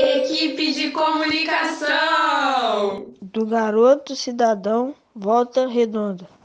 equipe de comunicação. Do garoto cidadão, volta redonda.